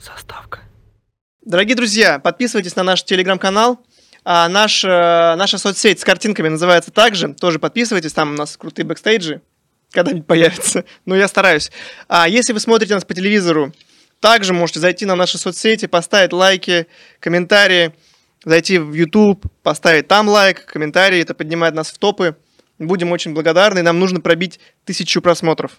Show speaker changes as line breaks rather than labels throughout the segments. Заставка.
Дорогие друзья, подписывайтесь на наш телеграм-канал. А наш, э, наша соцсеть с картинками называется также. Тоже подписывайтесь, там у нас крутые бэкстейджи когда-нибудь появятся. Но я стараюсь. А если вы смотрите нас по телевизору, также можете зайти на наши соцсети, поставить лайки, комментарии, зайти в YouTube, поставить там лайк, комментарии. Это поднимает нас в топы. Будем очень благодарны. Нам нужно пробить тысячу просмотров.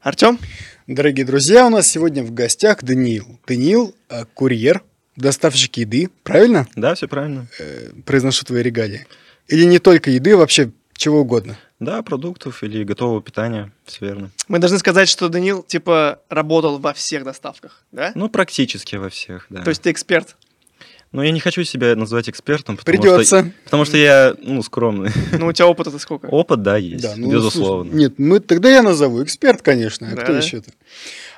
Артем?
Дорогие друзья, у нас сегодня в гостях Даниил. Даниил э, курьер, доставщик еды, правильно?
Да, все правильно.
Э, произношу твои регалии. Или не только еды, вообще чего угодно.
Да, продуктов или готового питания, все верно.
Мы должны сказать, что Данил, типа, работал во всех доставках, да?
Ну, практически во всех, да.
То есть ты эксперт.
Но я не хочу себя назвать экспертом, потому
Придется.
что... Потому что я, ну, скромный.
Ну, у тебя опыта-то сколько?
Опыт, да, есть,
Да, ну,
безусловно.
слушай, Нет, мы тогда я назову эксперт, конечно. А
Да,
кто
да.
еще-то?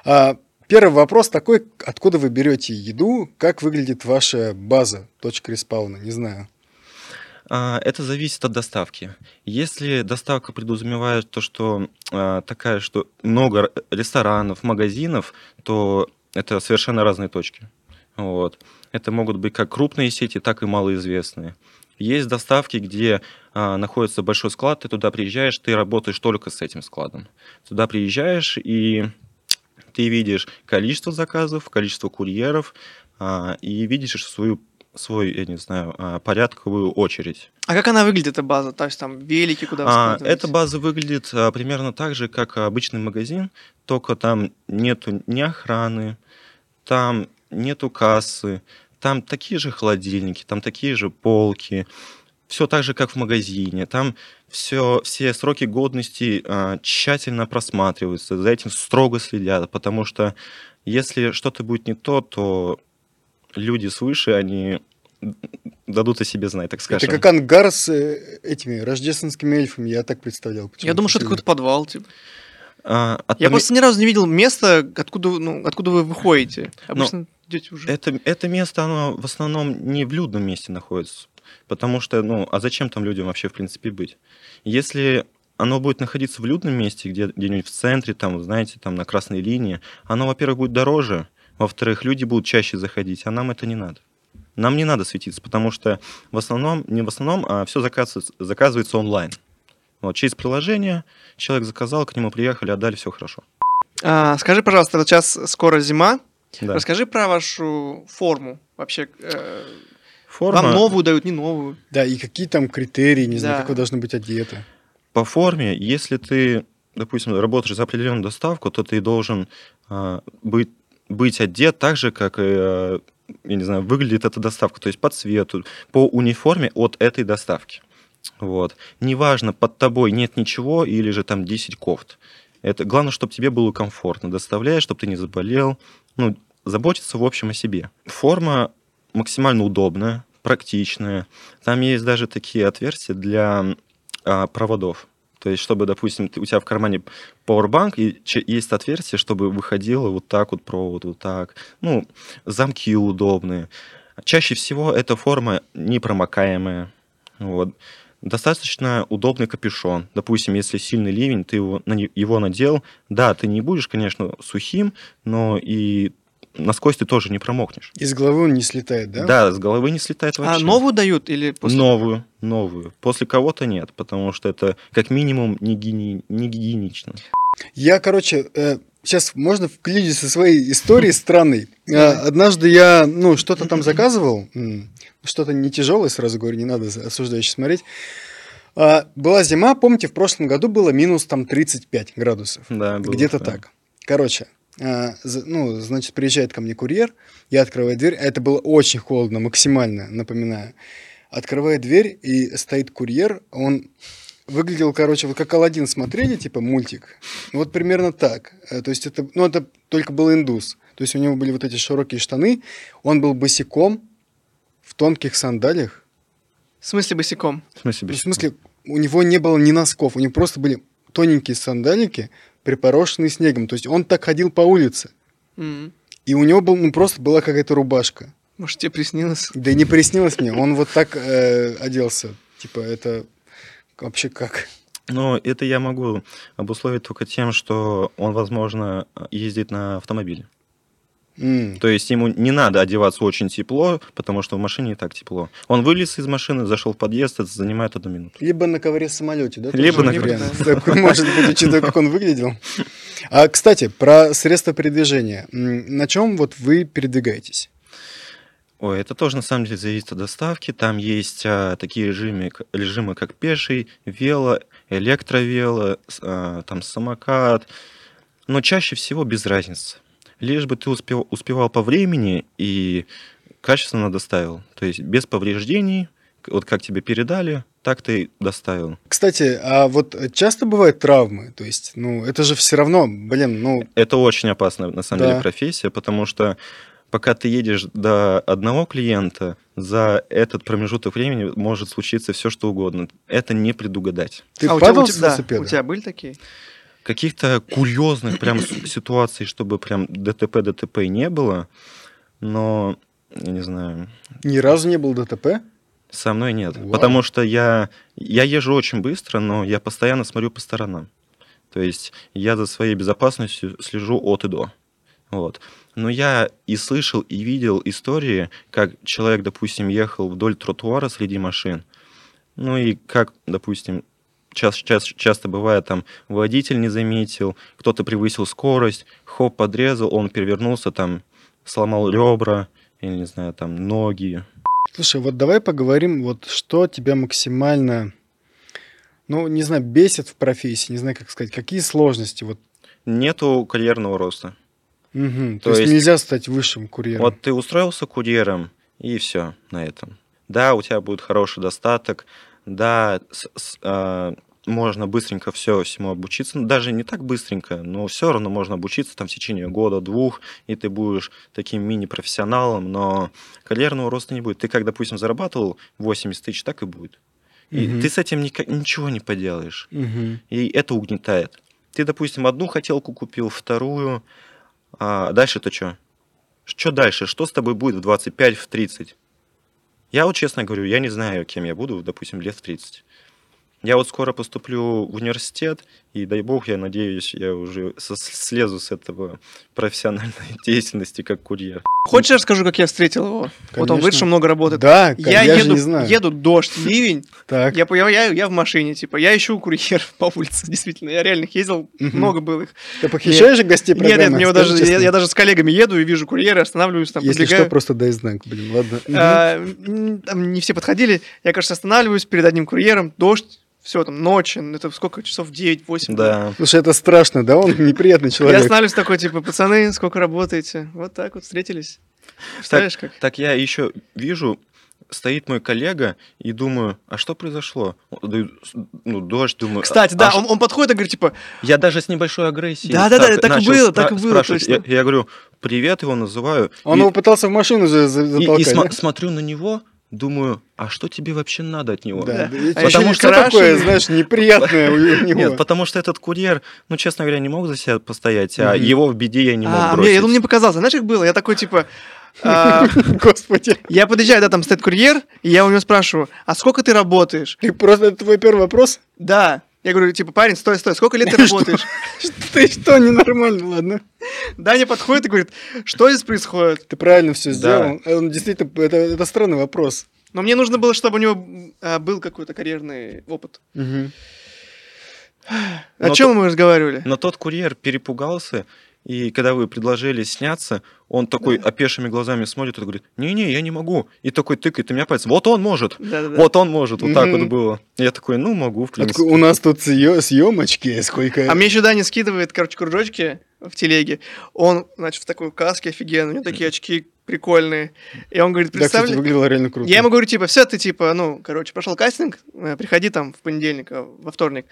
А, первый вопрос такой: откуда вы берете еду? Как выглядит ваша база, точка респауна? Не знаю.
А, Это зависит от доставки. Если доставка подразумевает то, что а, такая, что много р- ресторанов, магазинов, то это совершенно разные точки. Вот. Это могут быть как крупные сети, так и малоизвестные. Есть доставки, где а, находится большой склад, ты туда приезжаешь, ты работаешь только с этим складом. Туда приезжаешь, и ты видишь количество заказов, количество курьеров, а, и видишь свою, свой, я не знаю, а, порядковую очередь.
А как она выглядит, эта база? То есть там велики куда вы
А,
складываете?
эта база выглядит а, примерно так же, как обычный магазин, только там нету ни охраны, там нету кассы, там такие же холодильники, там такие же полки, все так же, как в магазине, там все, все сроки годности а, тщательно просматриваются, за этим строго следят, потому что если что-то будет не то, то люди свыше, они дадут о себе знать, так скажем.
Это как ангар с э, этими рождественскими эльфами, я так представлял.
Я
почему-то
думал, что это
фильм.
какой-то подвал, типа.
А,
Я
отмет-
просто ни разу не видел места, откуда, вы- ну, откуда вы выходите. Обычно идете уже.
Ну, Это, это место, оно в основном не в людном месте находится. Потому что, ну, а зачем там людям вообще, в принципе, быть? Если оно будет находиться в людном месте, где, где-нибудь в центре, там, знаете, там на красной линии, оно, во-первых, будет дороже, во-вторых, люди будут чаще заходить, а нам это не надо. Нам не надо светиться, потому что в основном, не в основном, а все заказывается, заказывается онлайн. Вот, через приложение человек заказал, к нему приехали, отдали, все хорошо.
А, скажи, пожалуйста, вот сейчас скоро зима.
Да.
Расскажи про вашу форму вообще. э,
Форма-
Вам новую дают, не новую.
Да, и какие там критерии, не знаю,
Да.
как вы должны быть одеты.
по форме, если ты, допустим, работаешь за определенную доставку, то ты должен а, быть, быть одет так же, как, и, а, я не знаю, выглядит эта доставка, то есть по цвету, по униформе от этой доставки. Вот. Неважно, под тобой нет ничего или же там 10 кофт. Это главное, чтобы тебе было комфортно. Доставляешь, чтобы ты не заболел. Ну, заботиться, в общем, о себе. Форма максимально удобная, практичная. Там есть даже такие отверстия для а, проводов. То есть, чтобы, допустим, ты- у тебя в кармане пауэрбанк, и че- есть отверстие, чтобы выходило вот так вот провод, вот так. Ну, замки удобные. Чаще всего эта форма непромокаемая. Вот. Достаточно удобный капюшон. Допустим, если сильный ливень, ты его, на не- его надел. Да, ты не будешь, конечно, сухим, но и насквозь ты тоже не промокнешь.
Из головы он не слетает, да?
Да, с головы не слетает
А
вообще.
новую дают или после?
Новую, новую. После кого-то нет, потому что это как минимум не, гини- не гигиенично.
Я, короче, э, сейчас можно вклинить со своей историей странной. Э, Однажды я, ну, что-то там заказывал, м, что-то не тяжелое, сразу говорю, не надо за- осуждающе смотреть. А, Была зима, помните, в прошлом году было минус там 35 градусов.
Да, было
Где-то
такое.
так. Короче, а, за- ну, значит, приезжает ко мне курьер, я открываю дверь, а это было очень холодно, максимально, напоминаю. Открываю дверь, и стоит курьер, он выглядел, короче, вот как Алладин смотрели, типа, мультик. Вот примерно так. Э, То есть это, ну, это только был индус. То есть у него были вот эти широкие штаны, он был босиком, в тонких сандалиях.
В смысле босиком?
В
Ну,
смысле,
в
без-
смысле, у него не было ни носков, у него просто были тоненькие сандалики, припорошенные снегом. То есть он так ходил по улице.
М.
И у него был, ну, просто была какая-то рубашка.
Может, тебе приснилось?
Да не приснилось мне, он вот так э, оделся. Типа, это вообще как?
Но это я могу обусловить только тем, что он, возможно, ездит на автомобиле.
М,
То есть ему не надо одеваться очень тепло, потому что в машине и так тепло. Он вылез из машины, зашел в подъезд, это занимает одну минуту.
Либо на ковре самолете, да?
Либо
тоже
на
вариант.
ковре.
Такой, Может быть, учитывая, как он выглядел. А, кстати, про средства передвижения. М, На чем вот вы передвигаетесь?
Ой, это тоже на самом деле зависит от доставки. Там есть а, такие режимы, к- режимы, как пеший, вело, электровело, с- а, там самокат. Но чаще всего без разницы. Лишь бы ты успел, успевал по времени и качественно доставил. То есть без повреждений, к- вот как тебе передали, так ты и доставил.
Кстати, а вот часто бывают травмы? То есть, ну, это же все равно, блин, ну,
Это очень опасная, на самом
Да.
деле, профессия, потому что пока ты едешь до одного клиента, за этот промежуток времени может случиться все, что угодно. Это не предугадать.
ты
А у тебя-
падал
у
с
тебя- да,
велосипеда?
У тебя были такие?
Каких-то курьезных прям с- ситуаций, чтобы прям ДТП-ДТП не было, но, я не знаю,
Ни разу не был ДТП?
со мной нет.
Вау.
Потому что я, я езжу очень быстро, но я постоянно смотрю по сторонам. То есть я за своей безопасностью слежу от и до. Вот. Но я и слышал, и видел истории, как человек, допустим, ехал вдоль тротуара среди машин. Ну и как, допустим, час, час- часто бывает, там водитель не заметил, кто-то превысил скорость, хоп, подрезал, он перевернулся, там сломал ребра, или, не знаю, там ноги.
Слушай, вот давай поговорим, вот что тебя максимально, ну, не знаю, бесит в профессии, не знаю, как сказать, какие сложности, вот.
Нету карьерного роста.
Мгм, То,
То
есть,
есть-
нельзя стать высшим курьером.
Вот ты устроился курьером, и все на этом. Да, у тебя будет хороший достаток, да, с- с- а, можно быстренько все всему обучиться, Ну, даже не так быстренько, но все равно можно обучиться там в течение года-двух, и ты будешь таким мини-профессионалом, но карьерного роста не будет. Ты как, допустим, зарабатывал 80 тысяч, так и будет. И
Мгм.
ты с этим никак- ничего не поделаешь.
Мгм.
И это угнетает. Ты, допустим, одну хотелку купил, вторую. А дальше-то что? Что дальше? Что с тобой будет в 25, в 30? Я вот честно говорю, я не знаю, кем я буду, допустим, лет в 30. Я вот скоро поступлю в университет, и дай бог, я надеюсь, я уже со- слезу с этого профессиональной деятельности как курьер.
Хочешь, я расскажу, как я встретил его? Вот он
Конечно.
говорит, что много работает.
Да, кон-
Я,
я же
еду,
не знаю.
еду дождь, ливень,
Так,
я, я, я, я в машине, типа, я ищу курьеров по улице, действительно, я реально их ездил,
Мгм.
много было их.
ты похищаешь гостей
Нет,
программы?
нет, мне вот
Скажи
даже, я,
честно.
я даже с коллегами еду и вижу курьера, останавливаюсь, там,
Если
подбегаю.
что, просто дай знак, блин, ладно. Мгм.
А, м, там не все подходили. Я, кажется, останавливаюсь перед одним курьером, дождь, все там, ночь, ну, это сколько часов, 9-8.
Да.
Слушай, это страшно, да? Он неприятный
Я
человек.
останавливаюсь такой, типа, пацаны, сколько работаете? Вот так вот встретились. Представляешь, как?
Так я еще вижу, стоит мой коллега, и думаю, а что произошло? Ну, дождь, думаю.
Кстати,
а-
да,
а
он, он подходит и говорит, типа,
Я даже с небольшой агрессией.
Да-да-да, так и было, так и
спра-
было,
спрашивать.
точно.
Я, я говорю, привет, его называю.
Он
и,
его пытался в машину за- за-
и- и
затолкать.
сма-
да?
смотрю на него, думаю, а что тебе вообще надо от него?
Да.
Да, да, я-
Потому
ощущение,
что
что такое,
крашеный.
знаешь, неприятное у у
Нет,
него.
потому что этот курьер, ну, честно говоря, не мог за себя постоять, а
Мгм.
его в беде я не мог
а, мне,
бросить.
я думал, мне показалось. Знаешь, как было? Я такой, типа, а,
Господи.
я подъезжаю, да, там стоит курьер, и я у него спрашиваю, а сколько ты работаешь?
Ты просто, это твой первый вопрос?
Да. Я говорю, типа, парень, стой, стой, сколько лет ты работаешь?
Что- Ты что, ненормально, ладно?
Даня подходит и говорит, что здесь происходит?
Ты правильно все
Да.
сделал. Э, Он действительно, это, это странный вопрос.
Но мне нужно было, чтобы у него м, а, был какой-то карьерный опыт. О
Но
чем мы разговаривали?
Но тот курьер перепугался, и когда вы предложили сняться, он такой опешими глазами смотрит и говорит, не-не, я не могу. И такой тыкает и меня пальцем, вот он может,
Да-да-да.
вот он может, вот так
Мгм.
вот было. Я такой, ну, могу, в
Откуда-
принципе.
у нас тут съемочки, сколько...
А мне еще Даня скидывает, короче, кружочки в телеге. Он, значит, в такой каске офигенно, у него такие очки прикольные. И он говорит,
Да, кстати,
представь,
выглядело реально круто.
Я ему говорю, типа, все, ты, типа, ну, короче, прошел кастинг, э, приходи там в понедельник, э, во вторник.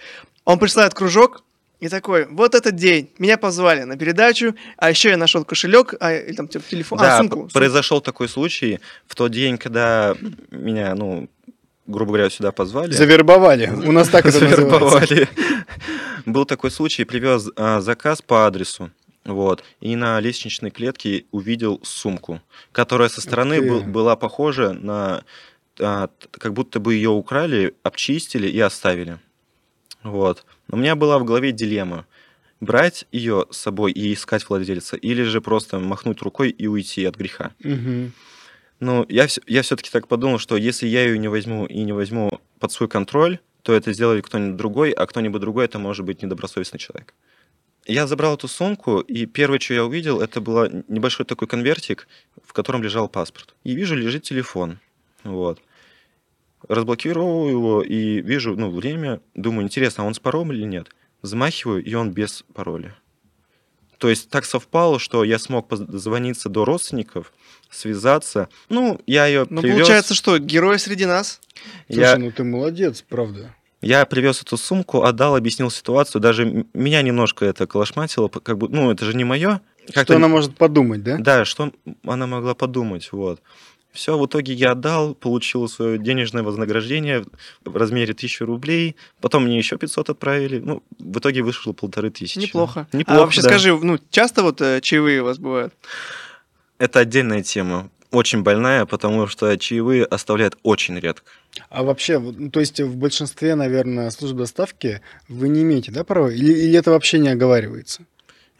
Он присылает кружок и такой, вот этот день, меня позвали на передачу, а еще я нашел кошелек, а, или там типа, телефон,
Да,
а, сумку.
п- произошел такой случай в тот день, когда меня, ну, грубо говоря, сюда позвали.
Завербовали. У нас так это называется.
Завербовали. Был такой случай, привез а, заказ по адресу. Вот. И на лестничной клетке увидел сумку, которая со стороны
ты.
был- была похожа на... а, т- как будто бы ее украли, обчистили и оставили. Вот. У меня была в голове дилемма. брать ее с собой и искать владельца, или же просто махнуть рукой и уйти от греха.
Мгм.
Ну, я, вс- я все-таки так подумал, что если я ее не возьму и не возьму под свой контроль, то это сделает кто-нибудь другой, а кто-нибудь другой это может быть недобросовестный человек. Я забрал эту сумку, и первое, что я увидел, это был небольшой такой конвертик, в котором лежал паспорт. И вижу, лежит телефон. Вот. Разблокировал его и вижу, ну, время, думаю, интересно, а он с паролем или нет? Взмахиваю, и он без пароля. То есть так совпало, что я смог поз- дозвониться до родственников, связаться. Ну, я ее
Ну,
привез.
получается, что герой среди нас.
я...
Слушай, ну ты молодец, правда.
Я привез эту сумку, отдал, объяснил ситуацию. Даже м- меня немножко это колошматило, п- как бы, ну, это же не мое.
Что она может подумать, да?
Да, что она могла подумать, вот. Все, в итоге я отдал, получил свое денежное вознаграждение в размере 1000 рублей, потом мне еще 500 отправили, ну, в итоге вышло полторы тысячи.
Неплохо.
Неплохо,
а вообще
да.
скажи, ну, часто вот э, чаевые у вас бывают?
Это отдельная тема, очень больная, потому что чаевые оставляют очень редко.
А вообще, вот, ну, то есть в большинстве, наверное, служб доставки вы не имеете, да, права? Или, или это вообще не оговаривается?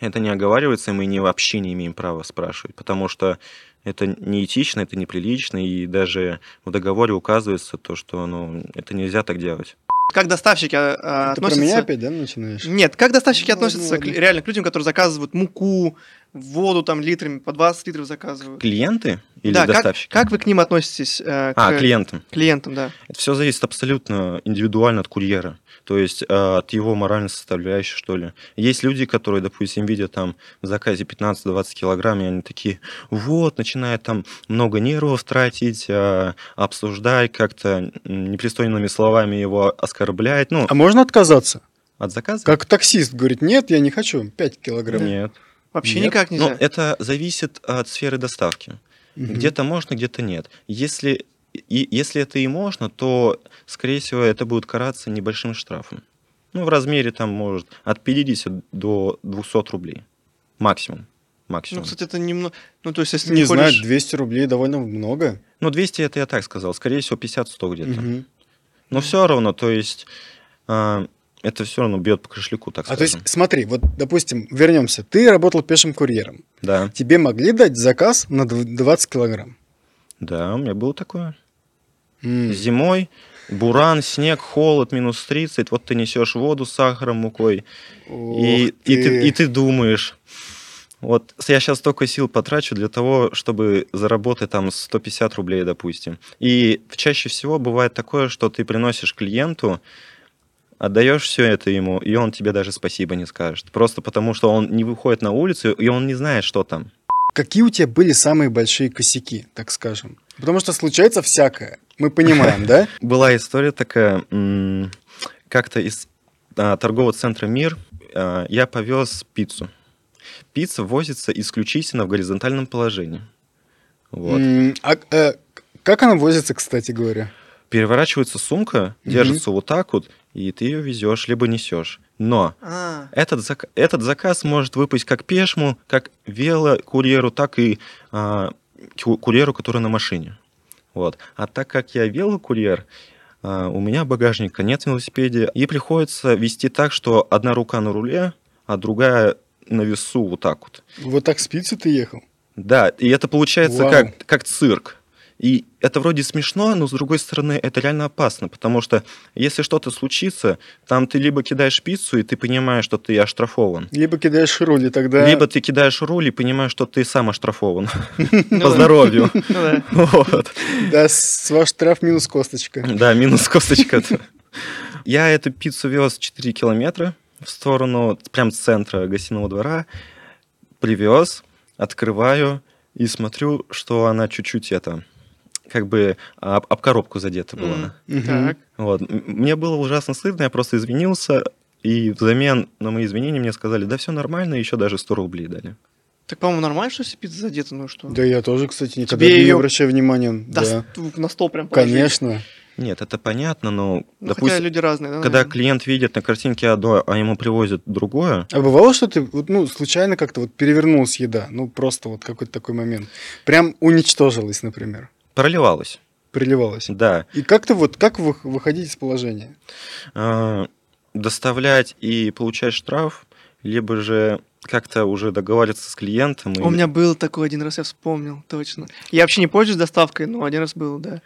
Это не оговаривается, и мы не, вообще не имеем права спрашивать, потому что это неэтично, это неприлично, и даже в договоре указывается то, что ну, это нельзя так делать.
Как доставщики э,
А,
э,
Ты про меня
относятся?
опять, да, начинаешь?
Нет, как доставщики
Ну,
относятся
ладно.
к- реально к людям, которые заказывают муку, воду там литрами, по 20 литров заказывают?
Клиенты или
да, как,
доставщики?
как вы к ним относитесь? э, к
А, клиенты.
клиентам, да.
Это все зависит абсолютно индивидуально от курьера, то есть э, от его моральной составляющей, что ли. Есть люди, которые, допустим, видят там в заказе 15-20 килограмм, и они такие, вот, начинают там много нервов тратить, э, обсуждать как-то м, непристойными словами его оскорблять, ну,
А можно отказаться?
от заказа.
Как таксист говорит, нет, я не хочу 5 килограмм.
Нет.
Вообще
Нет.
никак
Ну,
нельзя.
это зависит от сферы доставки.
Мгм.
Где-то можно, где-то нет. Если, и, если это и можно, то, скорее всего, это будет караться небольшим штрафом. Ну, в размере там, может, от 50 до 200 рублей. Максимум.
Ну,
Максимум.
кстати, это немного... Ну, то есть, если
Не
не
знаю,
ходишь...
200 рублей довольно много.
Ну, 200 это я так сказал. Скорее всего, 50-100 где-то.
Мгм.
Но все равно, то есть, а, это все равно бьет по кошельку, так
А то
скажем.
есть, смотри, вот, допустим, вернемся. Ты работал пешим курьером.
Да,
Тебе могли дать заказ на дв- 20 килограмм.
да, у меня было такое.
М.
Зимой буран, снег, холод, минус 30. Вот ты несешь воду с сахаром, мукой. И,
Ох
и, ты, и ты думаешь, вот с- я сейчас столько сил потрачу для того, чтобы заработать там 150 рублей, допустим. И чаще всего бывает такое, что ты приносишь клиенту, отдаешь все это ему, и он тебе даже спасибо не скажет. Просто потому, что он не выходит на улицу, и он не знает, что там.
Какие у тебя были самые большие косяки, так скажем? Потому что случается всякое. Мы понимаем, да?
Была история такая, м, как-то из а, торгового центра «Мир» а, я повез пиццу. Пицца возится исключительно в горизонтальном положении. Вот.
М, А э, как она возится, кстати говоря?
Переворачивается сумка,
Мгм.
держится вот так вот, и ты ее везешь, либо несешь. Но
А,
этот, зак- этот заказ может выпасть как пешму, как велокурьеру, так и а, ку- курьеру, который на машине. Вот. А так как я велокурьер, а, у меня багажника нет в велосипеде, и приходится вести так, что одна рука на руле, а другая на весу вот так вот.
Вот так с пиццей ты ехал?
Да, и это получается
Вау.
как, как цирк. И это вроде смешно, но с другой стороны это реально опасно, потому что если что-то случится, там ты либо кидаешь пиццу, и ты понимаешь, что ты оштрафован,
Либо кидаешь руль, и тогда...
либо ты кидаешь руль и понимаешь, что ты сам оштрафован
ну
по
да,
здоровью.
ну да.
Вот.
Да, с ваш штраф минус косточка.
Да, минус косточка. Я эту пиццу вез 4 километра в сторону прям центра гостиного двора. Привез, открываю и смотрю, что она чуть-чуть это, как бы об, об коробку задета была.
М,
Мгм.
Так.
Вот. М- Мне было ужасно стыдно, я просто извинился. И взамен на мои извинения мне сказали, да все нормально, еще даже 100 рублей дали.
Так, по-моему, нормально, что если пицца задета, ну что?
Да я тоже, кстати, никогда
Тебе
не
её-
обращаю внимания.
Да,
Да,
ст- на стол прям положили.
конечно.
Нет, это понятно, но,
Ну, хотя
допустим,
люди разные, да?
когда
наверное?
клиент видит на картинке одно, а ему привозят другое,
А бывало, что ты вот, ну, случайно как-то вот перевернулась еда? Ну, просто вот какой-то такой момент. Прям уничтожилась, например.
проливалось.
Приливалась.
Да,
И как ты вот, как вы, выходить из положения?
а, доставлять и э, получать штраф, либо же как-то уже договариваться с клиентом. и-
У меня был такой один раз, я вспомнил, точно. Я вообще не пользуюсь доставкой, но один раз был, да.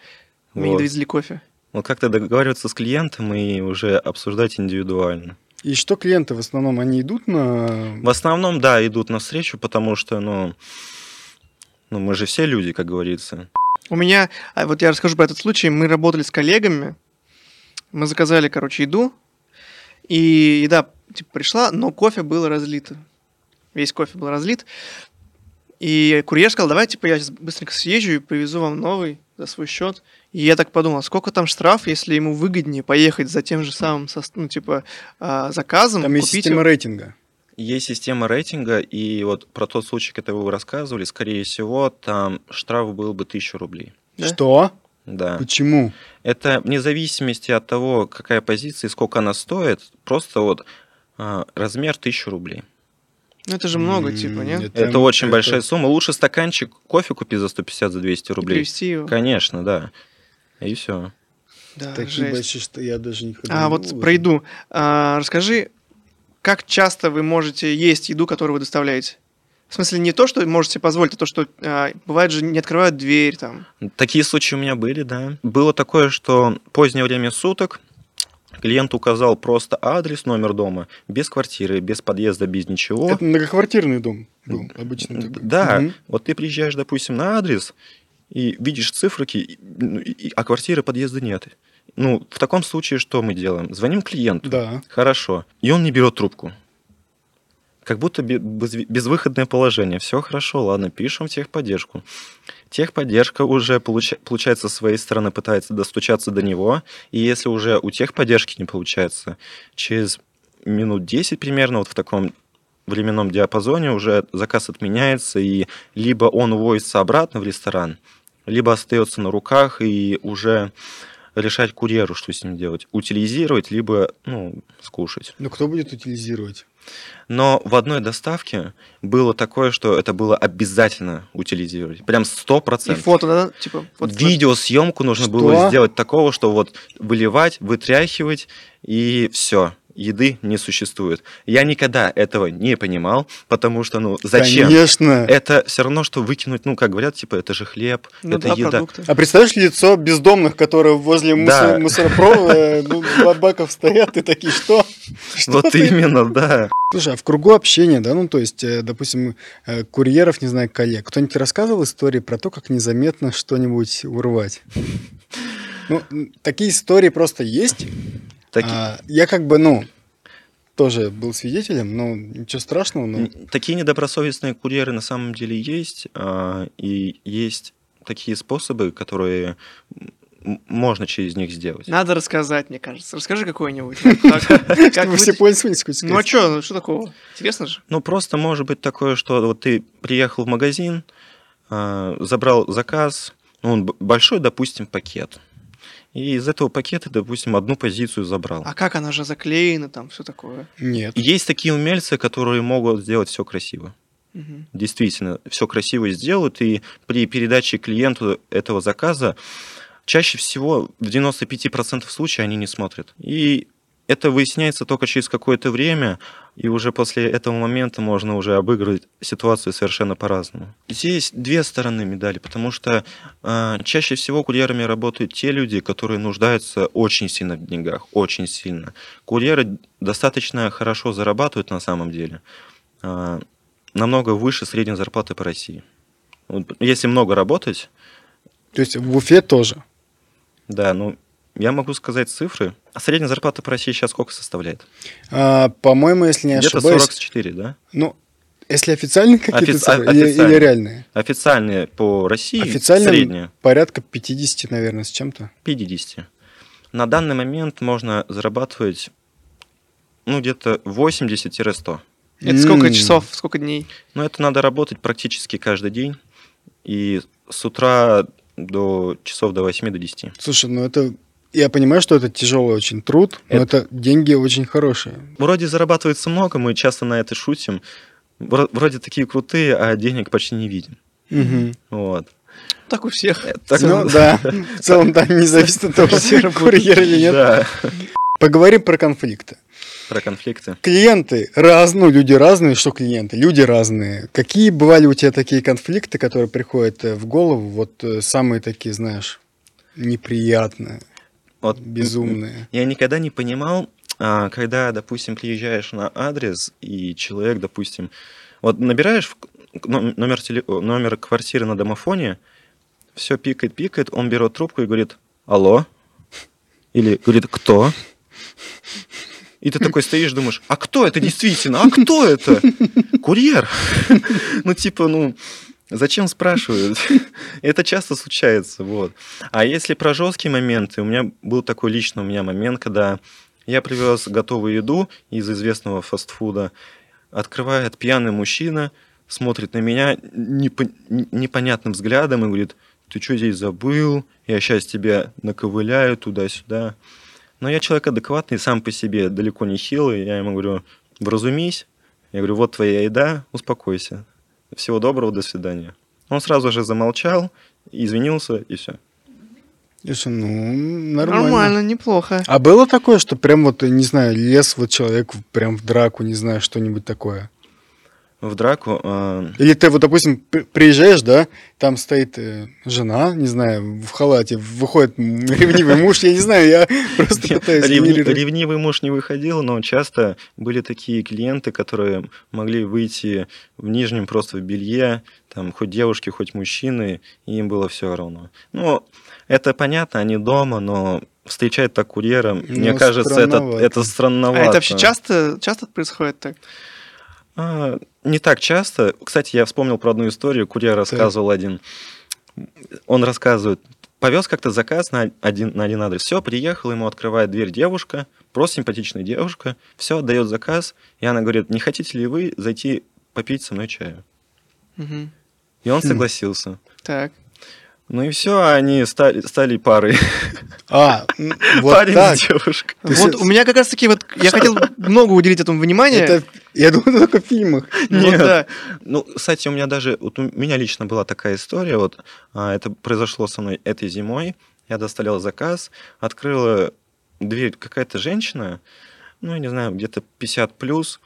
Мне не
Вот.
довезли кофе.
Ну, как-то договариваться с клиентом и уже обсуждать индивидуально.
И что клиенты в основном, они идут на...
Ну,
В основном, да, идут навстречу, потому что, ну, ну, мы же все люди, как говорится.
У меня, а, вот я расскажу про этот случай, мы работали с коллегами, мы заказали, короче, еду, и еда, типа, пришла, но кофе было разлито. Весь кофе был разлит. И курьер сказал, давай, типа, я сейчас быстренько съезжу и привезу вам новый за свой счет. И я так подумал, а сколько там штраф, если ему выгоднее поехать за тем же самым, сос- ну, типа, а, заказом,
Там есть
купить
система
его?
рейтинга.
Есть система рейтинга, и вот про тот случай, который вы рассказывали, скорее всего, там штраф был бы 1000 рублей.
Да.
Что?
Да.
Почему?
Это вне зависимости от того, какая позиция и сколько она стоит, просто вот а, размер 1000 рублей.
Ну, это же много,
М,
типа, нет?
это
это очень
как-то-
большая сумма. Лучше стаканчик кофе купить за 150, за 200
И
рублей.
привезти его.
Конечно, да. И все.
Да,
Такие
А, жесть.
большие, что я даже не
А
ходил.
вот про еду. А, расскажи, как часто вы можете есть еду, которую вы доставляете? В смысле, не то, что можете себе позволить, а то, что а, бывает же не открывают дверь там.
Такие случаи у меня были, да. Было такое, что позднее время суток клиент указал просто адрес, номер дома, без квартиры, без подъезда, без ничего.
Это многоквартирный дом был обычно.
Д-
такой.
Да,
Мгм.
вот ты приезжаешь, допустим, на адрес и видишь цифрики, и- ну, и- а квартиры, подъезда нет. Ну, в таком случае что мы делаем? Звоним клиенту.
Да.
Хорошо. И он не берет трубку. Как будто бе- без- безвыходное положение. Все хорошо, ладно, пишем в техподдержку. Техподдержка уже, получа- получается, со своей стороны пытается достучаться до него. И если уже у техподдержки не получается, через минут 10 примерно, вот в таком временном диапазоне уже заказ отменяется, и либо он уводится обратно в ресторан, либо остается на руках и уже решать курьеру, что с ним делать. Утилизировать, либо, ну, скушать.
Но кто будет утилизировать?
Но в одной доставке было такое, что это было обязательно утилизировать. Прям
И
100%.
фото, да, типа. фото.
Видеосъемку нужно
Что?
было сделать такого, что вот выливать, вытряхивать, и все. Еды не существует. Я никогда этого не понимал, потому что, ну, зачем? Э,
Конечно.
Это все равно, что выкинуть, ну, как говорят, типа, это же хлеб,
Ну
это
да,
еда.
продукты.
А представляешь лицо бездомных, которые возле
Да.
мусоропровода баков ну, стоят и такие, что? Что
Вот
ты
именно, да.
Слушай, а в кругу общения, да, ну то есть, э, допустим, э, курьеров, не знаю, коллег, кто-нибудь рассказывал истории про то, как незаметно что-нибудь урвать? Ну, м, такие истории просто есть.
Таки-
А, я как бы, ну, тоже был свидетелем, но ничего страшного, но...
Н- Такие недобросовестные курьеры на самом деле есть, а, и есть такие способы, которые м, можно через них сделать.
Надо рассказать, мне кажется. Расскажи какой-нибудь. Так, как
Вы все
вы-
пользовались, хоть
Ну а
сказать?
что, что такого? Интересно же.
Ну, просто может быть такое, что вот ты приехал в магазин, а, забрал заказ, ну, он б- большой, допустим, пакет. И из этого пакета, допустим, одну позицию забрал.
А как она же заклеена, там все такое.
Нет.
Есть такие умельцы, которые могут сделать все красиво.
Мгм.
действительно все красиво сделают, и при передаче клиенту этого заказа чаще всего в 95% случаев они не смотрят. И это выясняется только через какое-то время, и уже после этого момента можно уже обыгрывать ситуацию совершенно по-разному. Здесь две стороны медали, потому что э, чаще всего курьерами работают те люди, которые нуждаются очень сильно в деньгах, очень сильно. Курьеры достаточно хорошо зарабатывают на самом деле. Э, намного выше средней зарплаты по России. Вот Если много работать,
То есть в Уфе тоже.
да, ну, я могу сказать цифры. А средняя зарплата по России сейчас сколько составляет?
А, по-моему, если не
Где-то
ошибаюсь...
44, да?
Ну, если официальные какие-то
Офици-
цифры или- или
официальные.
реальные?
Официальные по России
Официально
средняя
порядка 50, наверное, с чем-то.
50. На данный момент можно зарабатывать ну, где-то 80-100.
Это сколько
М.
часов, сколько дней?
Но это надо работать практически каждый день. И с утра до часов до 8 до 10.
Слушай, ну это... Я понимаю, что это тяжелый очень труд, но это деньги очень хорошие.
Вроде зарабатывается много, мы часто на это шутим. Вро- Вроде такие крутые, а денег почти не видим.
Мгм.
Вот.
Так у всех.
Так,
ну да, в целом, да, не зависит от того, курьер или нет.
Да.
Поговорим про конфликты.
про конфликты.
Клиенты разные, люди разные, что клиенты, люди разные. Какие бывали у тебя такие конфликты, которые приходят э, в голову, вот э, самые такие, знаешь, неприятные,
Вот
безумные?
Я никогда не понимал, а, когда, допустим, приезжаешь на адрес, и человек, допустим, вот набираешь в к- но- номер, теле- о, номер квартиры на домофоне, все пикает, пикает, он берет трубку и говорит «Алло?» Или говорит «Кто?» И ты такой стоишь, думаешь, а кто это действительно? А кто это? Курьер. Ну, типа, ну, зачем спрашивают? Это часто случается, вот. А если про жесткие моменты, у меня был такой лично у меня момент, когда я привез готовую еду из известного фастфуда, открывает пьяный мужчина, смотрит на меня непо- непонятным взглядом и говорит, ты что здесь забыл? Я сейчас тебя наковыляю туда-сюда. Но я человек адекватный, сам по себе далеко не хилый. Я ему говорю, вразумись. Я говорю, вот твоя еда, успокойся. Всего доброго, до свидания. Он сразу же замолчал, извинился и все.
Я что, ну,
Нормально.
нормально.
неплохо.
А было такое, что прям вот, не знаю, лез вот человек в- прям в драку, не знаю, что-нибудь такое?
В драку. а,
Или ты вот, допустим, при- приезжаешь, да, там стоит э, жена, не знаю, в халате, выходит м, ревнивый муж, я не знаю, я просто пытаюсь
ревни-
генерировать.
Ревнивый муж не выходил, но часто были такие клиенты, которые могли выйти в нижнем просто в белье, там хоть девушки, хоть мужчины, и им было все равно. Ну, это понятно, они дома, но встречать так курьера, мне
Ну,
кажется, это,
странновато.
это
А
странновато.
это вообще часто, часто происходит так?
А, Не так часто. Кстати, я вспомнил про одну историю. Курьер рассказывал один. Он рассказывает, повез как-то заказ на один, на один адрес. Все, приехал, ему открывает дверь девушка, просто симпатичная девушка. Все, отдает заказ. И она говорит, не хотите ли вы зайти попить со мной чаю?
Мгм.
И он
Хм.
согласился.
Так.
Ну и все, они стали, стали парой.
А, м, вот
Парень
так.
с девушкой.
То есть
вот
это-
у меня как раз таки вот я хотел много уделить этому внимания.
Это, я думаю, только в фильмах.
Ну
Нет.
да.
Ну, кстати, у меня даже, вот у меня лично была такая история, вот а, это произошло со мной этой зимой, я доставлял заказ, открыла дверь какая-то женщина, ну, я не знаю, где-то 50 плюс,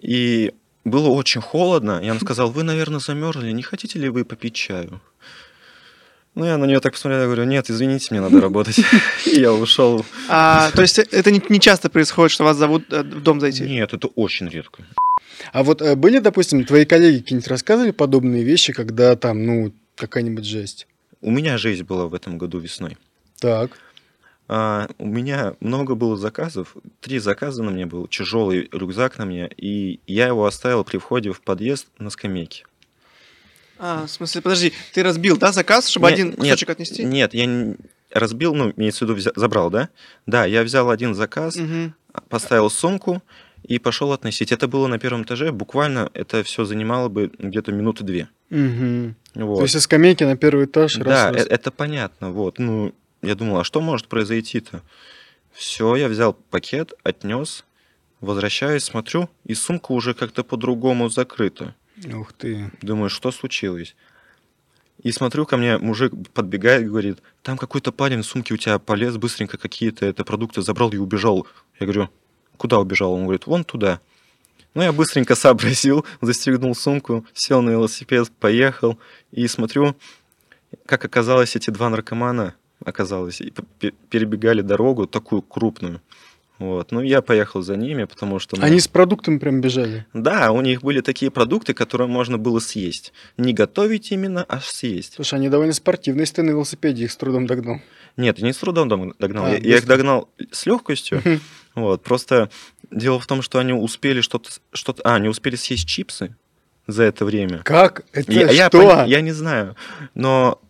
и было очень холодно, я она сказала, вы, наверное, замерзли, не хотите ли вы попить чаю? Ну, я на нее так посмотрел, я говорю, нет, извините, мне надо работать. И я ушел.
А, то есть это не, не часто происходит, что вас зовут э, в дом зайти?
Нет, это очень редко.
А вот э, были, допустим, твои коллеги какие-нибудь рассказывали подобные вещи, когда там, ну, какая-нибудь жесть?
У меня жизнь была в этом году весной.
Так.
А, у меня много было заказов. Три заказа на мне был, тяжелый рюкзак на мне, и я его оставил при входе в подъезд на скамейке.
А, в смысле, подожди, ты разбил, да, заказ, чтобы
Не-
один
нет,
кусочек отнести?
Нет, я не- разбил, ну, имеется в виду, взя- забрал, да? Да, я взял один заказ,
Мгм.
поставил сумку и пошел относить. Это было на первом этаже, буквально это все занимало бы где-то минуты две.
Мгм.
Вот.
То есть со скамейки на первый этаж
Да,
раз,
э-
раз.
это понятно, вот. Ну, я думал, а что может произойти-то? Все, я взял пакет, отнес, возвращаюсь, смотрю, и сумка уже как-то по-другому закрыта.
Ух ты.
Думаю, что случилось? И смотрю, ко мне мужик подбегает, говорит, там какой-то парень в сумке у тебя полез, быстренько какие-то это продукты забрал и убежал. Я говорю, куда убежал? Он говорит, вон туда. Ну, я быстренько сообразил, застегнул сумку, сел на велосипед, поехал. И смотрю, как оказалось, эти два наркомана, оказалось, и п- пе- перебегали дорогу, такую крупную. Вот. Ну, я поехал за ними, потому что... ну,
Они с продуктами прям бежали.
да, у них были такие продукты, которые можно было съесть. Не готовить именно, а съесть.
Слушай, они довольно спортивные, если ты на велосипеде их с трудом догнал.
Нет, я не с трудом дом- догнал.
А,
я, я их
быстро.
догнал с легкостью. Вот, просто дело в том, что они успели что-то... Что а, они успели съесть чипсы за это время.
Как? Это
Я, я
что?
пон- я не знаю. Но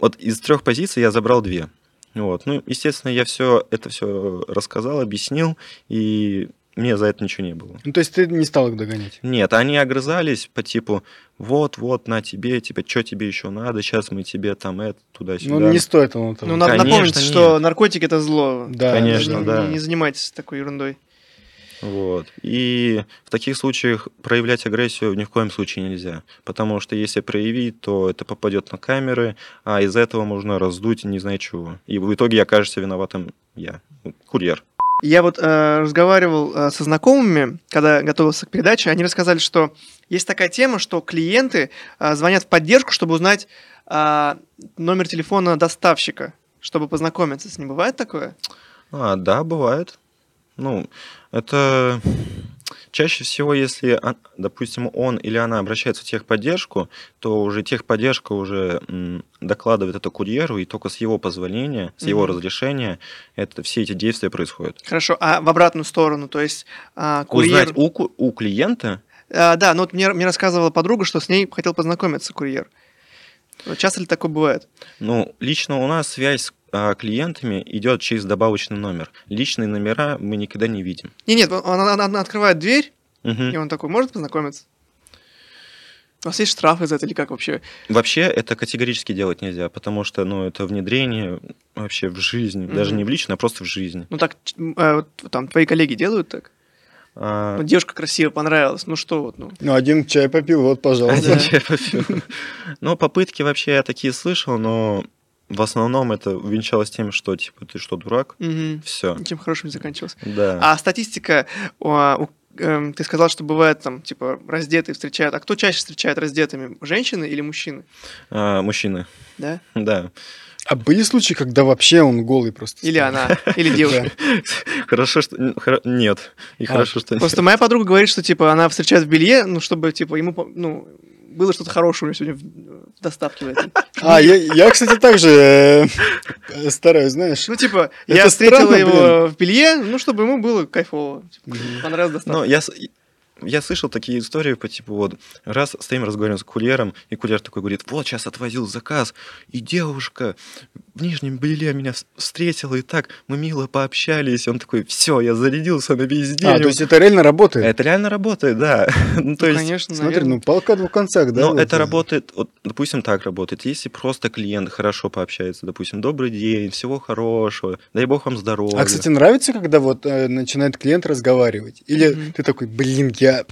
вот из трех позиций я забрал две. Вот. Ну, естественно, я все это все рассказал, объяснил, и мне за это ничего не было.
Ну, то есть ты не стал их догонять.
Нет, они огрызались по типу вот-вот, на тебе, типа, что тебе еще надо, сейчас мы тебе там это, туда-сюда.
Ну, не стоит оно того.
Ну, надо
Конечно,
напомнить,
нет.
что наркотики это зло.
Да,
Конечно,
не,
да.
Не, не занимайтесь такой ерундой.
Вот. И в таких случаях проявлять агрессию ни в коем случае нельзя. Потому что если проявить, то это попадет на камеры, а из этого можно раздуть не знаю чего. И в итоге окажешься виноватым я, курьер.
Я вот э, разговаривал э, со знакомыми, когда готовился к передаче, они рассказали, что есть такая тема, что клиенты э, звонят в поддержку, чтобы узнать э, номер телефона доставщика, чтобы познакомиться с ним. Бывает такое?
А, да, бывает. Ну, это чаще всего, если, он- допустим, он или она обращается в техподдержку, то уже техподдержка уже м, докладывает это курьеру, и только с его позволения, с его
Мгм.
разрешения это, все эти действия происходят.
Хорошо. А в обратную сторону, то есть а, курьер...
Узнать у, ку- у клиента,
А, да, ну вот мне, мне рассказывала подруга, что с ней хотел познакомиться курьер. Вот Часто ли такое бывает?
ну, лично у нас связь с а, клиентами идет через добавочный номер. Личные номера мы никогда не видим.
Не, нет, он- она, она- она открывает дверь,
Мгм.
и он такой, может познакомиться? У вас есть штрафы за это или как вообще?
Вообще это категорически делать нельзя, потому что ну, это внедрение вообще в жизнь,
Мгм.
даже не в личную, а просто в жизнь.
Ну так, ч- м, э, вот там твои коллеги делают так?
А,
Ну, девушка красивая, понравилась, ну что вот, ну.
Ну, один чай попил, вот, пожалуйста.
один чай попил. Ну, попытки вообще я такие слышал, но в основном это увенчалось тем, что типа ты что, дурак?
Мгм.
Все.
Ничем Ну, хорошим не заканчивалось.
Да.
А статистика, о, у- эм, ты сказал, что бывает там, типа, раздетые встречают. А кто чаще встречает раздетыми, женщины или мужчины?
А, Мужчины.
Да?
Да.
А были случаи, когда вообще он голый просто?
Или
стоял?
она, или девушка?
Хорошо, что... н- хоро- Нет. И
А,
хорошо, что... нет.
Просто моя подруга говорит, что типа она встречает в белье, ну чтобы типа ему по- ну было что-то хорошее у него сегодня в, в доставке в этой.
А, я, я, кстати, также э, э, стараюсь, знаешь.
Ну типа
Это
я встретила
странно,
его в белье, ну чтобы ему было кайфово,
А,
Типа, понравилась доставка.
Ну, я, с- я слышал такие истории по типу вот, раз стоим, разговариваем с курьером, и курьер такой говорит, вот, сейчас отвозил заказ, и девушка в нижнем белье меня вс- встретила, и так мы мило пообщались, он такой, все, я зарядился на весь день.
А, то есть это реально работает?
Это реально работает, да. ну, то есть,
конечно,
Смотри,
наверное.
ну, полка о двух концах, да?
но
вот,
Ну, это
э,
работает, вот, допустим, так работает. Если просто клиент хорошо пообщается, допустим, добрый день, всего хорошего, дай бог вам здоровья.
А, кстати, нравится, когда вот э, начинает клиент разговаривать? Или
Мгм.
ты такой, блин, я...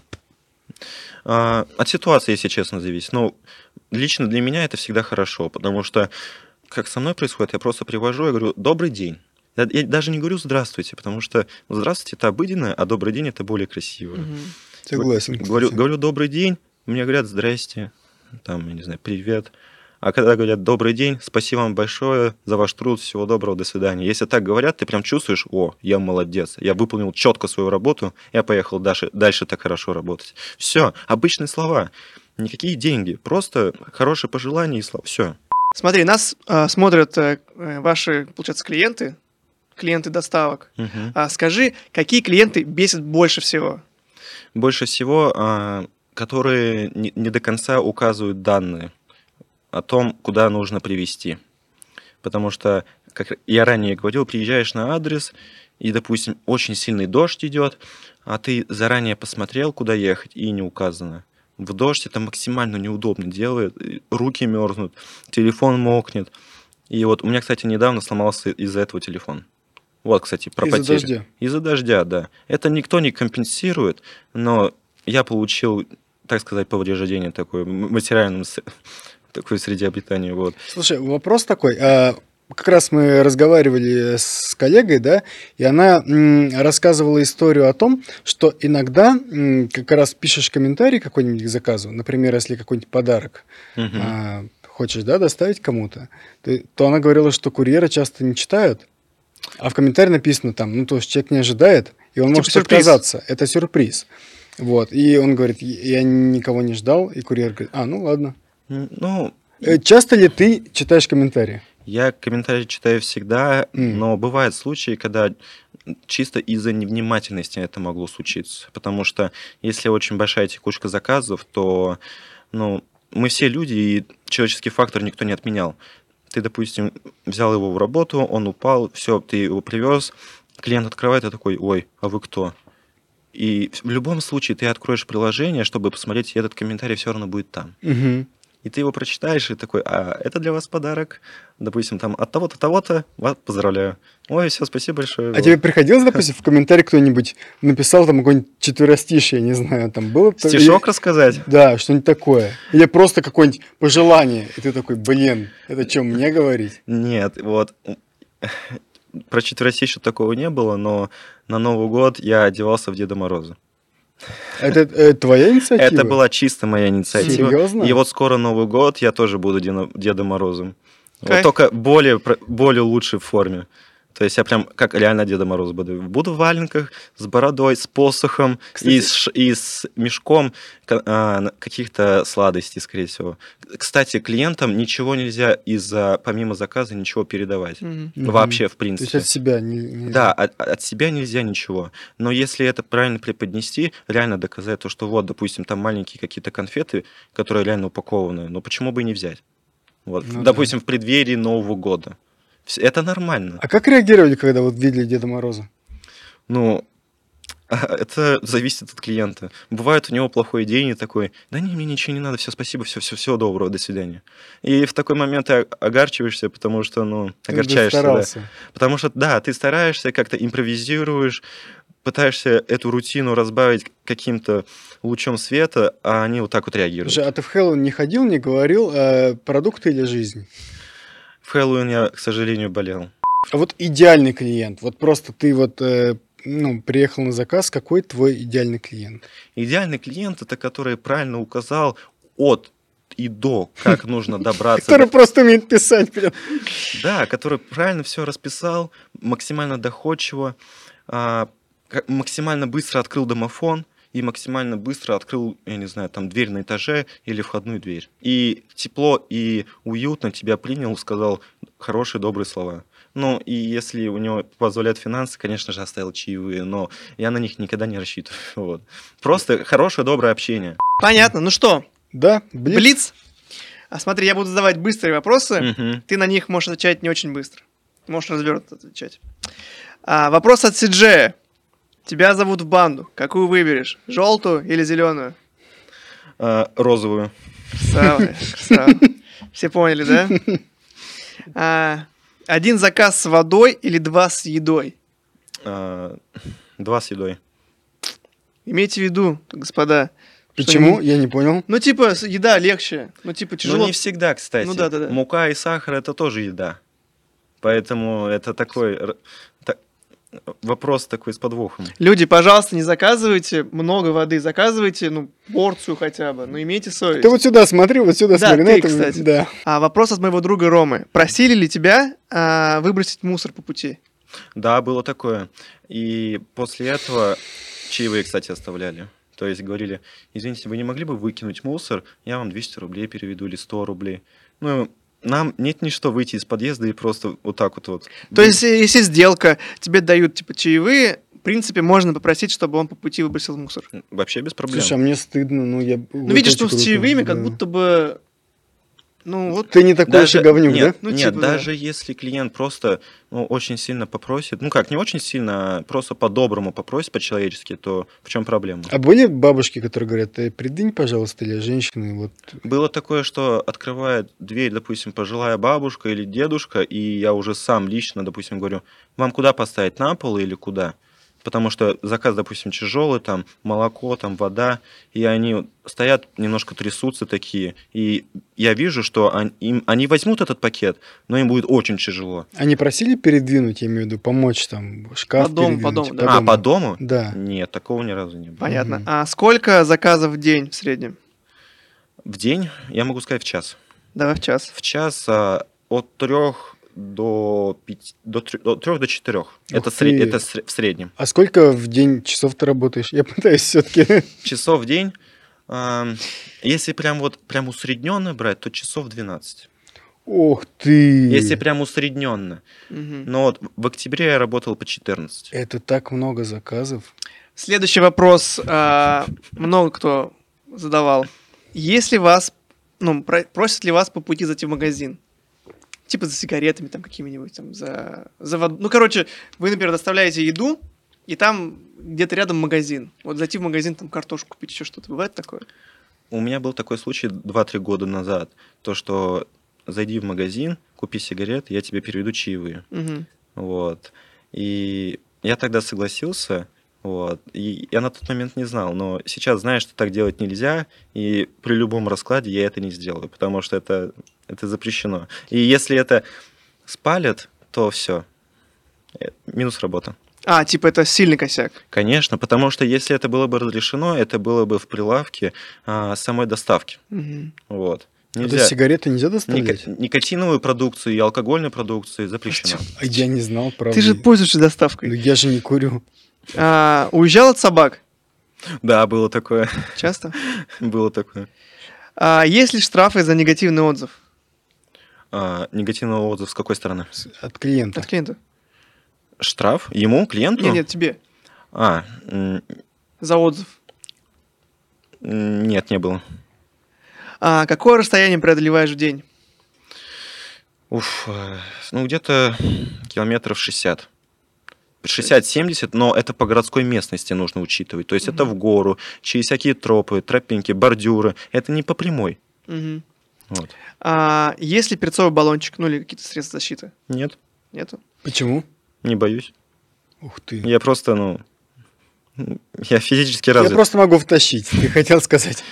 А, От ситуации, если честно, зависит. Но лично для меня это всегда хорошо, потому что как со мной происходит, я просто привожу, я говорю «добрый день». Я я даже не говорю «здравствуйте», потому что «здравствуйте» — это обыденное, а «добрый день» — это более красиво.
Мгм.
Согласен.
Говорю,
кстати.
говорю «добрый день», мне говорят «здрасте», там, я не знаю, «привет». А когда говорят «добрый день», «спасибо вам большое за ваш труд, всего доброго, до свидания». Если так говорят, ты прям чувствуешь «о, я молодец, я выполнил четко свою работу, я поехал дальше, дальше так хорошо работать». Все, обычные слова, никакие деньги, просто хорошие пожелания и слова, все.
Смотри, нас а, смотрят э, э, ваши, получается, клиенты, клиенты доставок. А скажи, какие клиенты бесят больше всего?
Больше всего, а, которые не, не до конца указывают данные о том, куда нужно привести. Потому что, как я ранее говорил, приезжаешь на адрес, и, допустим, очень сильный дождь идет, а ты заранее посмотрел, куда ехать, и не указано. В дождь это максимально неудобно делает, и руки мерзнут, телефон мокнет. И вот у меня, кстати, недавно сломался из-за этого телефон. Вот, кстати, про
Из-за
потери.
дождя.
Из-за дождя, да. Это никто не компенсирует, но я получил, так сказать, повреждение такое в материальном с- такой среде обитания. Вот.
Слушай, вопрос такой. а, Как раз мы разговаривали с коллегой, да, и она м, рассказывала историю о том, что иногда м, как раз пишешь комментарий какой-нибудь к заказу, например, если какой-нибудь подарок
Мгм.
а, хочешь, да, доставить кому-то, ты- то она говорила, что курьеры часто не читают, а в комментарии написано там, ну, то, что человек не ожидает, и он
Типа
может
сюрприз.
отказаться. Это сюрприз. Вот, и он говорит, я никого не ждал, и курьер говорит, а, ну, ладно.
М, Ну,
Э, Часто ли ты читаешь комментарии?
я комментарии читаю всегда,
М.
но бывают случаи, когда чисто из-за невнимательности это могло случиться. Потому что если очень большая текучка заказов, то ну, мы все люди, и человеческий фактор никто не отменял. Ты, допустим, взял его в работу, он упал, все, ты его привез, клиент открывает и такой, ой, а вы кто? И в любом случае ты откроешь приложение, чтобы посмотреть, и этот комментарий все равно будет там.
Мгм.
И ты его прочитаешь и такой, а это для вас подарок, допустим, там от того-то, того-то, вас поздравляю. Ой, все, спасибо большое.
А
Вот.
тебе приходилось, допустим, в комментарии кто-нибудь написал там какой-нибудь четверостишее, не знаю, там было? то-
Стишок
и-
рассказать?
Да, что-нибудь такое. Или просто какое-нибудь пожелание. И ты такой, блин, это что, мне говорить?
Нет, вот. про четверостишие такого не было, но на Новый год я одевался в Деда Мороза.
Это, э, твоя инициатива?
Это была чисто моя инициатива.
Серьезно?
И вот скоро Новый год, я тоже буду Дина- Дедом Морозом. Вот
Кайф.
только более, про- более лучшей форме. То есть я прям как реально Деда Мороз буду. Буду в валенках, с бородой, с посохом и,
Кстати-
с, ш- и с мешком ка- а, на- каких-то сладостей, скорее всего. Кстати, клиентам ничего нельзя из-за, помимо заказа, ничего передавать.
Мгм.
Мгм.
Вообще, в
То
принципе.
есть от себя не... не-
Да, от, от себя нельзя ничего. Но если это правильно преподнести, реально доказать то, что вот, допустим, там маленькие какие-то конфеты, которые реально упакованы, но почему бы и не взять? Вот,
Ну да.
допустим, в преддверии Нового года. Вс- Это нормально.
А как реагировали, когда вот видели Деда Мороза?
Ну, это зависит от клиента. Бывает у него плохой день и такой, да не, мне ничего не надо, все, спасибо, все, все, все, доброго, до свидания. И в такой момент ты огорчиваешься, потому что, ну,
Ты
огорчаешься, да.
старался.
Потому что, да, ты стараешься, как-то импровизируешь, пытаешься эту рутину разбавить каким-то лучом света, а они вот так вот реагируют.
Слушай, а ты в Хэллоуин не ходил, не говорил э, продукты или жизнь?
В Хэллоуин я, к сожалению, болел.
А вот идеальный клиент, вот просто ты вот э, ну, приехал на заказ, какой твой идеальный клиент?
Идеальный клиент — это который правильно указал от и до, как нужно добраться.
Который
до-
просто умеет писать, блин.
Да, который правильно все расписал, максимально доходчиво, а, как- максимально быстро открыл домофон и максимально быстро открыл, я не знаю, там дверь на этаже или входную дверь. И тепло и уютно тебя принял, сказал хорошие, добрые слова. Ну, и если у него позволяют финансы, конечно же, оставил чаевые, но я на них никогда не рассчитываю. Вот. Просто хорошее, доброе общение.
Понятно. Ну что,
Да, блин.
Блиц. А смотри, я буду задавать быстрые вопросы.
Мгм.
Ты на них можешь отвечать не очень быстро. Можешь развернуто отвечать. А, вопрос от Сиджея. Тебя зовут в банду. Какую выберешь? Желтую или зеленую?
А, розовую.
Красава, красава. Все поняли, да? А, один заказ с водой или два с едой?
А, два с едой.
Имейте в виду, господа. что
Почему?
не-
Я не понял.
Ну, типа, с- еда легче. Ну, типа,
Тяжело.
тяжело.
не всегда, кстати.
Ну да, да, да.
Мука и сахар это тоже еда. Поэтому это такой р- та- вопрос такой с подвохом.
Люди, пожалуйста, не заказывайте много воды. Заказывайте, ну, порцию хотя бы. Ну, имейте совесть.
Ты вот сюда смотри, вот сюда
Да,
смотри. на
ты,
это-
кстати.
Да.
А, вопрос от моего друга Ромы. Просили ли тебя а, выбросить мусор по пути?
Да, было такое. И после этого чаевые, кстати, оставляли. То есть говорили, извините, вы не могли бы выкинуть мусор? Я вам 200 рублей переведу или 100 рублей. Ну, нам нет ничто выйти из подъезда и просто вот так вот. вот.
То есть, э, если сделка, тебе дают, типа, чаевые, в принципе, можно попросить, чтобы он по пути выбросил мусор.
Вообще без проблем.
Слушай, а мне стыдно, ну я...
Ну, видишь, что с чаевыми как будто бы... Ну, вот...
Ты не такой
Даже-
же говнюк,
нет,
да? Ну,
нет,
типа, да.
даже если клиент просто ну, очень сильно попросит, ну как, не очень сильно, а просто по-доброму попросит, по-человечески, то в чем проблема?
да? А были бабушки, которые говорят, ты придынь, пожалуйста, или женщины, вот...
Было такое, что открывает дверь, допустим, пожилая бабушка или дедушка, и я уже сам лично, допустим, говорю, вам куда поставить, на пол или куда? Потому что заказ, допустим, тяжелый, там молоко, там вода, и они вот стоят, немножко трясутся такие, и я вижу, что он- им- они возьмут этот пакет, но им будет очень тяжело.
Они просили передвинуть, я имею в виду, помочь там, шкаф
По дому,
передвинуть,
по дому, да.
А, по дому?
Да.
Нет, такого ни разу не было.
Понятно.
Мгм.
А сколько заказов в день в среднем?
В день, я могу сказать, в час.
Давай в час.
В час а, от трех до пяти, до трё- до трех до четырех.
Ух
Это, сре-
ты.
это сре- в среднем.
А сколько в день часов ты работаешь? Я пытаюсь все-таки.
Часов в день. ам, если прям вот прям усредненно брать, то часов 12.
Ох ты!
Если прям усредненно.
Мгм.
Но вот в октябре я работал по 14.
Это так много заказов.
Следующий вопрос а, много кто задавал. Если вас, ну, про- просят ли вас по пути зайти в магазин? Типа за сигаретами там какими-нибудь, там, за, за вод- Ну, короче, вы, например, доставляете еду, и там где-то рядом магазин. Вот зайти в магазин, там картошку купить, еще что-то. Бывает такое?
У меня был такой случай 2-3 года назад. То, что зайди в магазин, купи сигарет, я тебе переведу чаевые.
Мгм.
Вот. И я тогда согласился, вот. И я на тот момент не знал, но сейчас знаю, что так делать нельзя, и при любом раскладе я это не сделаю, потому что это, это запрещено. И если это спалят, то все. Э, Минус работа.
А, типа это сильный косяк.
Конечно, потому что если это было бы разрешено, это было бы в прилавке а, самой доставки.
Мгм.
Вот.
А
Нельзя.
то сигареты нельзя доставлять?
Ника- никотиновую продукцию и алкогольную продукцию запрещено.
А Я не знал, правда.
Ты же пользуешься
Ну,
доставкой.
я же не курю.
А, уезжал от собак
Да, было такое.
часто?
Было такое.
А, есть ли штрафы за негативный отзыв
А, негативный отзыв с какой стороны?
С- От клиента.
от клиента?
Штраф? Ему, клиенту?
Нет, нет, тебе.
А, м,
За отзыв.
м, нет, не было.
А, какое расстояние преодолеваешь в день?
Уф, э, ну где-то километров 60. 60-70, но это по городской местности нужно учитывать. То есть это в гору, через всякие тропы, тропинки, бордюры. Это не по прямой.
Мгм.
Вот.
А, есть ли перцовый баллончик, ну или какие-то средства защиты?
Нет,
Нету?
Почему?
не боюсь.
Ух ты.
Я просто, ну, я физически
Я
развит.
просто могу втащить, ты хотел сказать.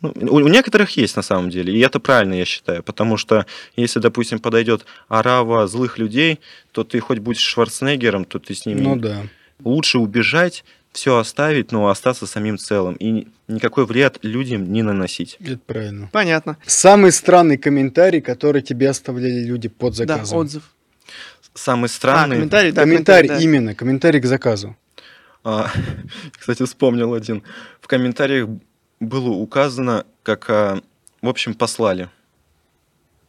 Ну, у, у некоторых есть на самом деле, и это правильно, я считаю, потому что если, допустим, подойдет арава злых людей, то ты хоть будешь Шварценеггером, то ты с ними
Ну да.
лучше убежать, все оставить, но остаться самим целым и ни- никакой вред людям не наносить.
Это правильно.
Понятно.
Самый странный комментарий, который тебе оставляли люди под
Да,
заказом.
отзыв.
Самый
А,
странный.
комментарий, да,
комментарий,
да.
именно, комментарий к заказу.
а, кстати, вспомнил один. В комментариях было указано, как, а, в общем, послали.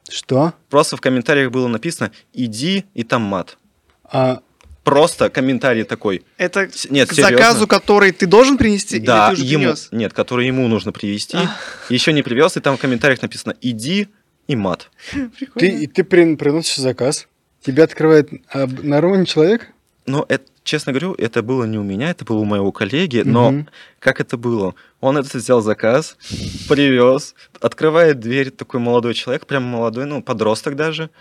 Что?
Просто в комментариях было написано «иди» и там мат.
А,
Просто комментарий такой.
Это
С- Нет,
к
серьезно.
заказу, который ты должен принести,
да,
или ты уже
ему,
принес?
Нет, который ему нужно привести.
А.
Еще не привез, и там в комментариях написано «иди» и мат.
ты, и ты прин- приносишь заказ, тебя открывает об- нормальный человек?
Но это, честно говорю, это было не у меня, это было у моего коллеги, но
Мгм.
как это было? Он это взял заказ, привез, открывает дверь такой молодой человек, прям молодой, ну, подросток даже,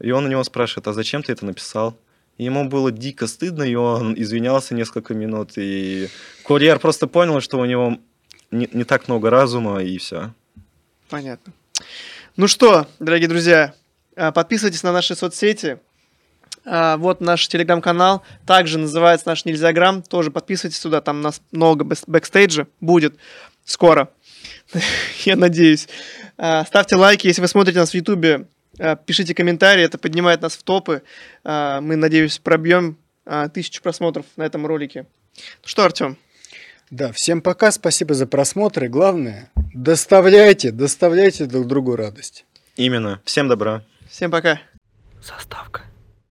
и он у него спрашивает, а зачем ты это написал? И Ему было дико стыдно, и он извинялся несколько минут, и курьер просто понял, что у него не, не так много разума, и все.
Понятно. Ну что, дорогие друзья, а, подписывайтесь на наши соцсети. А, Вот наш телеграм-канал, также называется наш Нельзяграм. Тоже подписывайтесь сюда, там нас много бэс- бэкстейджа будет скоро. Я надеюсь. А, Ставьте лайки, если вы смотрите нас в Ютубе, а, пишите комментарии, это поднимает нас в топы. А, Мы, надеюсь, пробьем а, тысячу просмотров на этом ролике. Ну что, Артем,
Да, всем пока, спасибо за просмотр, и главное, доставляйте, доставляйте друг другу радость.
Именно. Всем добра.
всем пока.
Заставка.